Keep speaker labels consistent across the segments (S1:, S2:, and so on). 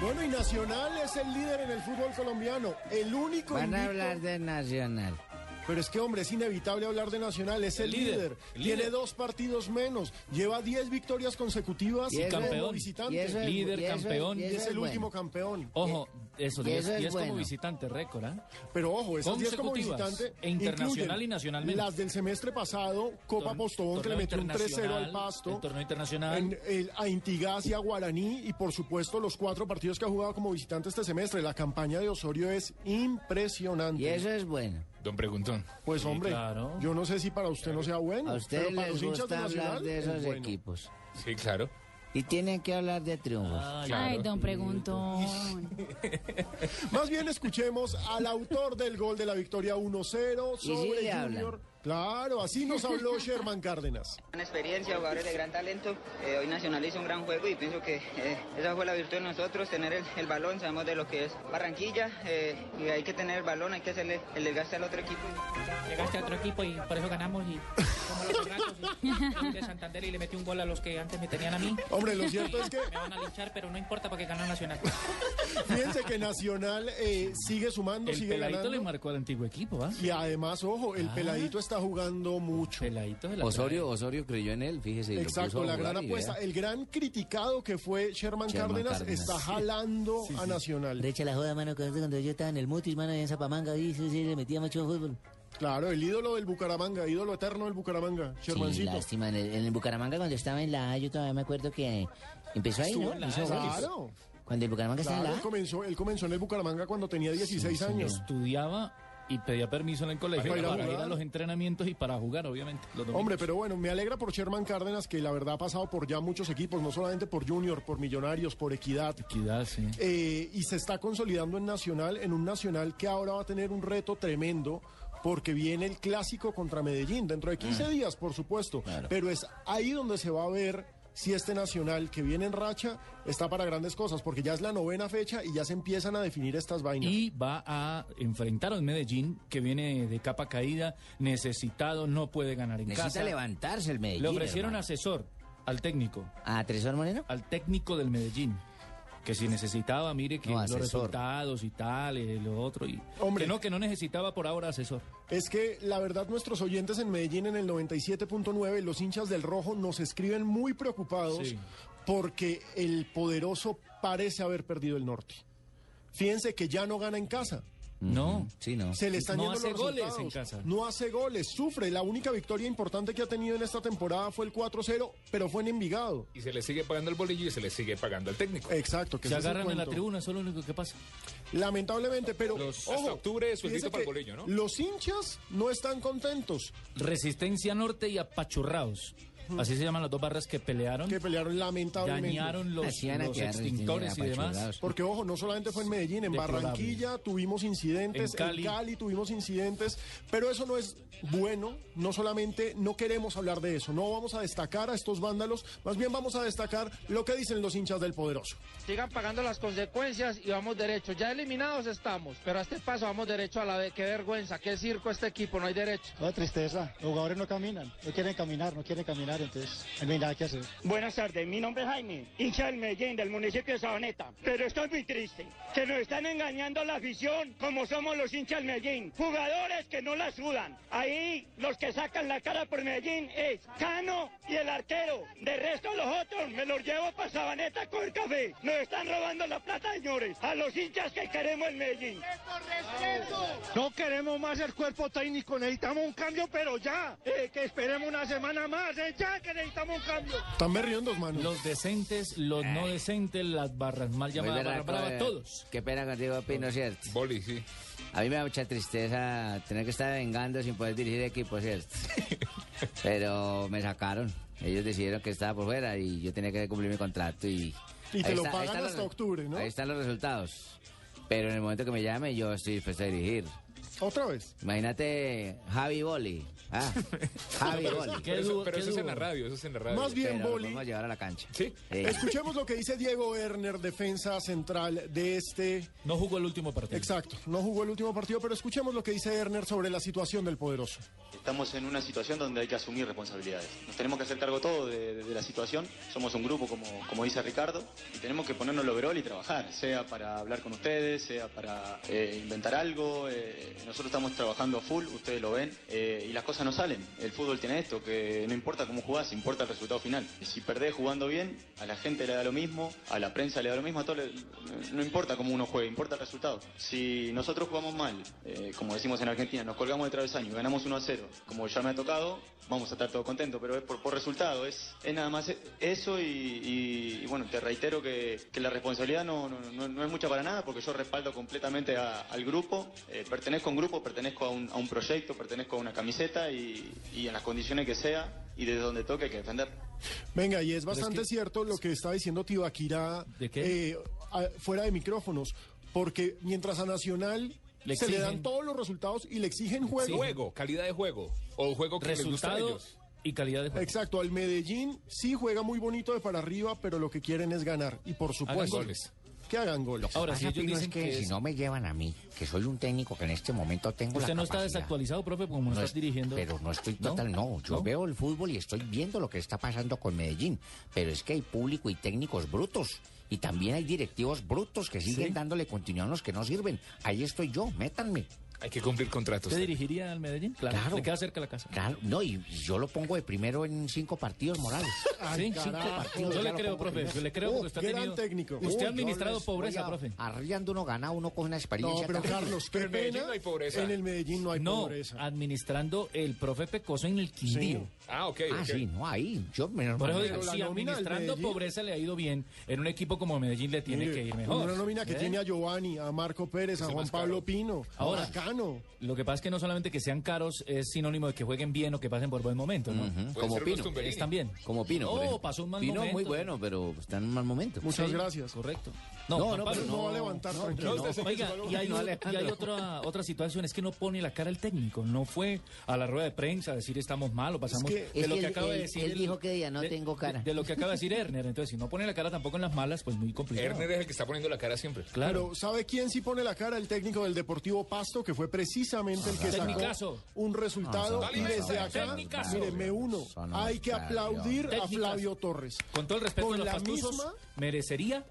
S1: Bueno, y Nacional es el líder en el fútbol colombiano, el único
S2: Van a
S1: invicto.
S2: hablar de Nacional.
S1: Pero es que, hombre, es inevitable hablar de Nacional, es el,
S3: El
S1: líder,
S3: líder, el
S1: tiene
S3: líder.
S1: dos partidos menos, lleva 10 victorias consecutivas
S2: Y eso-
S1: como
S3: campeón.
S1: visitante.
S2: y eso es-
S3: Líder,
S2: y eso
S3: campeón.
S2: y
S1: Y
S2: eso
S1: es el
S2: bueno.
S1: último campeón.
S3: Ojo,
S4: Eh,
S3: eso,
S2: y
S3: 10
S2: eso es bueno.
S3: como visitante, récord, ¿ah?
S1: Pero ojo, esas 10 como
S3: Consecutivas,
S1: visitante
S3: e internacional
S1: incluyen
S3: y nacionalmente.
S1: Las del semestre pasado, Copa
S3: Tor-
S1: Postobón que le
S3: torneo
S1: metió un 3-0 al
S3: internacional,
S1: Pasto.
S3: el torneo internacional.
S1: En, el- a Intigás y a Guaraní y por supuesto los cuatro partidos que ha jugado como visitante este semestre. La campaña de Osorio es impresionante.
S2: Y eso es bueno.
S5: Don Preguntón.
S1: Pues
S3: Sí,
S1: hombre,
S3: claro.
S1: yo no sé si para usted no sea bueno,
S2: A ustedes
S1: Uh, pero para los
S2: les
S1: hinchas de
S2: gusta hablar
S1: Nacional
S2: de
S1: es
S2: esos
S1: bueno.
S2: equipos.
S5: Sí, claro.
S2: Y tienen que hablar de triunfos.
S6: Ah,
S3: Ah,
S5: claro.
S7: Ay, don Preguntón.
S1: Más bien escuchemos al autor del gol de la victoria 1-0
S2: Y sí
S1: sobre
S2: le hablan.
S1: Junior. Claro, así nos habló Sherman Cárdenas.
S8: Una experiencia, jugadores de gran talento. Eh, hoy Nacional hizo un gran juego y pienso que eh, esa fue la virtud de nosotros, tener el, el balón. Sabemos de lo que es Barranquilla eh, y hay que tener el balón, hay que hacerle el desgaste al otro equipo.
S4: Ah, Llegaste a otro equipo y por eso ganamos y como los borrachos y- y de Santander y le metí un gol a los que antes me tenían a mí.
S1: Hombre, lo cierto
S4: Y
S1: es que-
S4: me van a linchar, pero no importa porque ganó Nacional.
S1: Fíjense que Nacional eh, sigue sumando,
S3: El
S1: sigue
S3: peladito le
S1: ganando.
S3: marcó al antiguo equipo, ¿ah?
S1: Y además, ojo, el
S3: Ah.
S1: peladito está jugando mucho.
S3: Peladito de la
S2: Pues Osorio, Osorio creyó en él, fíjese. y lo puso
S1: Exacto,
S2: a
S1: la
S2: jugar
S1: gran
S2: y
S1: apuesta.
S2: vea.
S1: El gran criticado que fue Sherman,
S2: Sherman
S1: Cárdenas,
S2: Cárdenas.
S1: está jalando a Nacional.
S6: Recha la joda, mano, que cuando yo estaba en el Mutis, mano, allá en Zapamanga, y sí, sí, le metía mucho fútbol.
S1: Claro, el ídolo del Bucaramanga, ídolo eterno del Bucaramanga,
S6: Sí,
S1: Shermancito.
S6: lástima. En el, en el Bucaramanga, cuando estaba en la A, yo todavía me acuerdo que empezó ahí,
S1: Estuvo
S6: ¿no?
S1: en la A,
S6: Hizo goles.
S1: claro.
S6: Cuando el Bucaramanga estaba
S1: Claro,
S6: en
S1: él
S6: la A.
S1: comenzó, él comenzó en el Bucaramanga cuando tenía 16 años.
S3: Estudiaba y pedía permiso en el colegio
S1: Para ir
S3: para,
S1: a
S3: ir
S1: jugar.
S3: a los entrenamientos y para jugar, obviamente. los domingos.
S1: Hombre, pero bueno, me alegra por Sherman Cárdenas, que la verdad ha pasado por ya muchos equipos, no solamente por Junior, por Millonarios, por Equidad.
S3: Equidad, sí.
S1: Eh, y se está consolidando en Nacional, en un Nacional que ahora va a tener un reto tremendo, porque viene el clásico contra Medellín, dentro de
S3: Mm.
S1: 15 días, por supuesto. Pero es ahí donde se va a ver si este Nacional, que viene en racha, está para grandes cosas, porque ya es la novena fecha y ya se empiezan a definir estas vainas.
S3: Y va a enfrentar a un Medellín que viene de capa caída, necesitado, no puede ganar en
S2: Necesita
S3: casa.
S2: levantarse el Medellín.
S3: Le ofrecieron
S2: hermano.
S3: asesor al técnico,
S2: a Tresor
S6: Ah.
S2: Moreno.
S3: al técnico del Medellín. Que si necesitaba, mire que
S2: No,
S3: los
S2: asesor.
S3: resultados y tal, eh, lo otro. Y...
S1: Hombre.
S3: Que no, que no necesitaba por ahora asesor.
S1: Es que la verdad nuestros oyentes en Medellín en el 97.9, los hinchas del rojo, nos escriben muy preocupados
S3: Sí.
S1: porque el poderoso parece haber perdido el norte. Fíjense que ya no gana en casa.
S3: No.
S2: Sí, no.
S1: Se le están
S3: No
S1: yendo
S3: hace
S1: los
S3: goles
S1: resultados.
S3: en casa.
S1: No hace goles, sufre. La única victoria importante que ha tenido en esta temporada fue el 4-0, pero fue en Envigado.
S5: Y se le sigue pagando el bolillo y se le sigue pagando al técnico.
S1: Exacto, que
S3: Se
S1: ese es el
S3: agarran en la
S1: cuento.
S3: tribuna, eso es lo único que pasa.
S1: Lamentablemente, pero
S5: Los- hasta
S1: ojo,
S5: octubre es sueldito
S1: fíjense
S5: para el
S1: que
S5: bolillo, ¿no?
S1: Los hinchas no están contentos.
S3: Resistencia Norte y Apachurrados. Así se llaman las dos barras que pelearon.
S1: Que pelearon lamentablemente.
S3: dañaron los,
S2: Así van a
S3: los
S2: quedar
S3: extintores y demás.
S2: apachurrados.
S1: Porque ojo, no solamente fue en Medellín, en
S3: Deplorable.
S1: Barranquilla tuvimos incidentes, en
S3: En
S1: Cali.
S3: Cali.
S1: tuvimos incidentes, pero eso no es bueno, no solamente no queremos hablar de eso, no vamos a destacar a estos vándalos, más bien vamos a destacar lo que dicen los hinchas del poderoso.
S9: sigan pagando las consecuencias y vamos derecho. Ya eliminados estamos, pero a este paso vamos derecho a la vez. Qué vergüenza, qué circo este equipo, no hay derecho.
S10: Toda tristeza. Los jugadores no caminan, no quieren caminar, no quieren caminar, entonces no hay nada que hacer.
S9: Buenas tardes, mi nombre es Jaime, hincha del Medellín, del municipio de Sabaneta. Pero estoy muy triste, que nos están engañando la afición, como somos los hinchas del Medellín. Jugadores que no la sudan. Ahí los que sacan la cara por Medellín es Cano y el arquero. De resto los otros me los llevo para Sabaneta a coger café. Nos están robando la plata, señores, a los hinchas que queremos el Medellín. No queremos más el cuerpo técnico, necesitamos un cambio, pero ya. Eh, que esperemos una semana más, eh, ya que necesitamos un cambio.
S1: Están berriondos, manos.
S3: Los decentes, los no
S2: Eh.
S3: decentes, las barras mal llamadas,
S2: Vuelve la
S3: barra brava,
S2: cosa-
S3: todos.
S2: Qué pena contigo, Pino, ¿cierto?
S5: Boli, sí.
S2: A mí me da mucha tristeza tener que estar vengando sin poder dirigir equipo, ¿cierto? Pero me sacaron. Ellos decidieron que estaba por fuera y yo tenía que cumplir mi contrato y...
S1: Y te
S2: ahí
S1: lo
S2: ahí
S1: pagan
S2: los
S1: hasta
S2: re-
S1: octubre, ¿no?
S2: Ahí están los resultados. Pero en el momento que me llame yo estoy dispuesto a dirigir.
S1: ¿Otra vez?
S2: Imagínate Javi Boli. Ah, Javi Boli.
S3: ¿Qué
S5: Pero eso,
S3: dúo-
S5: pero
S3: qué
S5: eso es en
S3: dúo?
S5: la radio, eso es en la radio.
S1: Más bien-
S2: Pero lo
S1: Boli.
S2: podemos llevar a la cancha.
S5: Sí.
S2: Eh.
S1: Escuchemos lo que dice Diego Werner, defensa central de este.
S3: No jugó el último partido.
S1: Exacto, no jugó el último partido, pero escuchemos lo que dice Werner sobre la situación del poderoso.
S11: Estamos en una situación donde hay que asumir responsabilidades. Nos tenemos que hacer cargo todos de, de la situación. Somos un grupo, como, como dice Ricardo, y tenemos que ponernos el overall y trabajar, sea para hablar con ustedes, sea para eh, inventar algo. eh, nosotros estamos trabajando a full, ustedes lo ven, eh, y las cosas no salen. El fútbol tiene esto, que no importa cómo jugás, importa el resultado final. Y Si perdés jugando bien, a la gente le da lo mismo, a la prensa le da lo mismo, a todo le- no importa cómo uno juegue, importa el resultado. Si nosotros jugamos mal, eh, como decimos en Argentina, nos colgamos de travesaño, ganamos 1 a 0, como ya me ha tocado, vamos a estar todos contentos, pero es por, por resultado, es, es nada más e- eso y, y- y bueno, te reitero que, que la responsabilidad no, no- no- no es mucha para nada porque yo respaldo completamente a- al grupo, eh, pertenezco a un grupo, pertenezco a un, a un proyecto, pertenezco a una camiseta y, y en las condiciones que sea y desde donde toque hay que defender.
S1: Venga, y es bastante cierto lo que está diciendo Tibaquira
S3: ¿De qué?
S1: eh, a- fuera de micrófonos, porque mientras a Nacional
S3: Le
S1: se le
S3: exigen-
S1: dan todos los resultados y le exigen juego.
S5: Juego, calidad de juego. O juego que les gusta a
S3: Resultados
S5: ellos.
S3: y calidad de juego.
S1: Exacto, al Medellín sí juega muy bonito de para arriba, pero lo que quieren es ganar. Y por supuesto,
S5: goles.
S1: que hagan goles.
S3: Ahora, si
S2: Pasa,
S3: ellos
S2: Pino,
S3: dicen
S2: es que,
S3: que
S2: si
S3: es-
S2: no me llevan a mí, que soy un técnico que en este momento tengo
S3: usted
S2: la
S3: no está
S2: capacidad.
S3: desactualizado, profe, como no
S2: No
S3: estás
S2: es-
S3: dirigiendo.
S2: Pero no estoy
S3: ¿No?
S2: total, no. Yo
S3: ¿No?
S2: veo el fútbol y estoy viendo lo que está pasando con Medellín. Pero es que hay público y técnicos brutos. Y también hay directivos brutos que siguen dándole continuidad a los que no sirven. Ahí estoy yo, métanme.
S5: Hay que cumplir contratos.
S3: ¿Usted dirigiría al Medellín? Claro.
S2: Claro.
S3: Le queda cerca la casa.
S2: Claro, no, y y yo lo pongo de primero en cinco partidos, Morales.
S1: Ay, carajo.
S3: Yo
S2: ya
S3: le
S2: lo
S3: creo,
S2: pongo
S3: profe.
S2: primero.
S3: Yo le creo
S1: Oh,
S3: porque usted ha
S1: gran
S3: tenido...
S1: técnico.
S3: Usted
S1: Uy,
S3: ha administrado
S1: yo les-
S3: pobreza,
S2: Oiga,
S3: profe.
S2: Arriando uno gana, uno con una
S1: No,
S2: experiencia.
S1: pero
S2: también.
S1: Carlos, qué
S5: Pero en Medellín
S1: pena.
S5: no hay pobreza.
S1: En el Medellín no hay
S3: no, ah,
S1: pobreza.
S3: administrando el profe Pecoso en el Quindío.
S5: Ah, ok.
S2: Ah,
S5: ok.
S2: sí, no, ahí. Yo menos
S3: Por eso
S2: mal.
S3: digo,
S1: la
S3: si
S1: nómina del
S3: administrando
S1: Medellín-
S3: pobreza le ha ido bien, en un equipo como Medellín le tiene
S1: Mire,
S3: que ir mejor.
S1: Una nómina que
S3: ¿Eh?
S1: tiene a Giovanni, a Marco Pérez, a
S5: Ese
S1: Juan
S5: más caro.
S1: Pablo Pino,
S3: Ahora.
S1: a Cano.
S3: Lo que pasa es que no solamente que sean caros es sinónimo de que jueguen bien o que pasen por buen momento, ¿no?
S5: Puede
S2: Como
S5: ser
S2: Pino.
S5: Gostumbelini.
S3: Es también.
S2: Como Pino. por
S3: Oh,
S2: ejemplo.
S3: pasó un mal
S2: Pino
S3: momento.
S2: muy bueno, pero está en un mal momento.
S1: Muchas gracias.
S3: Correcto.
S2: No, no,
S3: Juan Pablo,
S2: pero
S1: No, va a levantar, tranquilo.
S5: no, usted se-
S3: Oiga, y hay,
S2: No,
S3: un- y
S2: Alejandro.
S3: hay otra, otra situación, es que no pone la cara el técnico, no fue a la rueda de prensa a decir estamos mal o pasamos...
S1: que-
S3: de
S2: Es
S3: lo
S2: que
S3: que
S2: él-
S3: acaba de
S2: él-
S3: decir...
S2: él
S3: el-
S2: dijo que día no
S3: de-
S2: tengo cara.
S3: De, lo que acaba de decir Erner, entonces si no pone la cara tampoco en las malas, pues muy complicado.
S5: Erner es el que está poniendo la cara siempre.
S3: claro.
S1: Pero ¿sabe quién sí pone la cara? El técnico del Deportivo Pasto, que fue precisamente el que sacó
S3: Tecnicazo.
S1: un resultado.
S2: Ah,
S1: y desde
S5: Tecnicazo.
S1: acá,
S3: Tecnicazo.
S1: mire, me uno.
S2: Eso no
S1: Hay
S2: es
S1: que
S2: claro.
S1: aplaudir a
S3: Tecnicazo.
S1: Flavio Torres.
S3: Con todo el respeto
S1: Con
S3: a los
S1: la
S3: pastusos,
S1: misma-
S3: merecería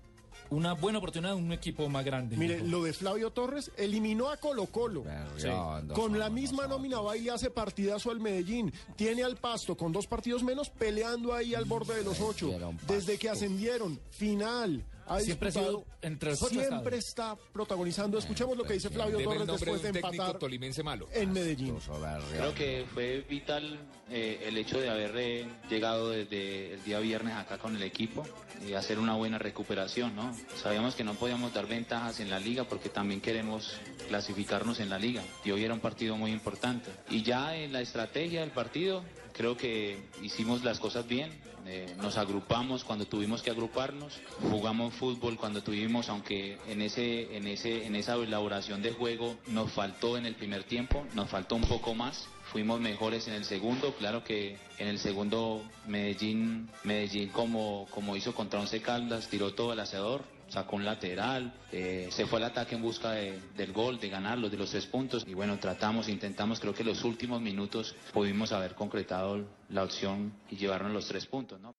S3: una buena oportunidad un equipo más grande.
S1: Mire, lo de Flavio Torres eliminó a Colo Colo.
S2: Berriondo,
S1: Con la
S2: somos
S1: misma
S2: nosotros.
S1: nómina va y le hace partidazo al Medellín. Tiene al Pasto con dos partidos menos peleando ahí al borde de los ocho.
S2: Metieron Pasto.
S1: Desde que ascendieron, final. Ha
S3: Siempre ha sido
S1: disputado,
S3: entre los ocho
S1: Siempre
S3: estado.
S1: está protagonizando. Escuchemos lo que dice Flavio
S5: Deme el
S1: Torres
S5: nombre de
S1: después de
S5: un técnico
S1: empatar
S5: tolimense malo.
S1: en Medellín.
S2: Incluso Berriondo.
S11: Creo que fue vital eh, el hecho de haber eh, llegado desde el día viernes acá con el equipo y hacer una buena recuperación, ¿no? Sabíamos que no podíamos dar ventajas en la liga porque también queremos clasificarnos en la liga. Y hoy era un partido muy importante. Y ya en la estrategia del partido, creo que hicimos las cosas bien. Eh, nos agrupamos cuando tuvimos que agruparnos, jugamos fútbol cuando tuvimos, aunque en ese, en ese, en esa elaboración de juego nos faltó en el primer tiempo, nos faltó un poco más. Fuimos mejores en el segundo, claro que en el segundo Medellín, Medellín como, como hizo contra Once Caldas, tiró todo el hacedor, sacó un lateral, eh, se fue al ataque en busca de- del gol, de ganarlo, de los tres puntos. Y bueno, tratamos, intentamos, creo que los últimos minutos pudimos haber concretado la opción y llevarnos los tres puntos, ¿no?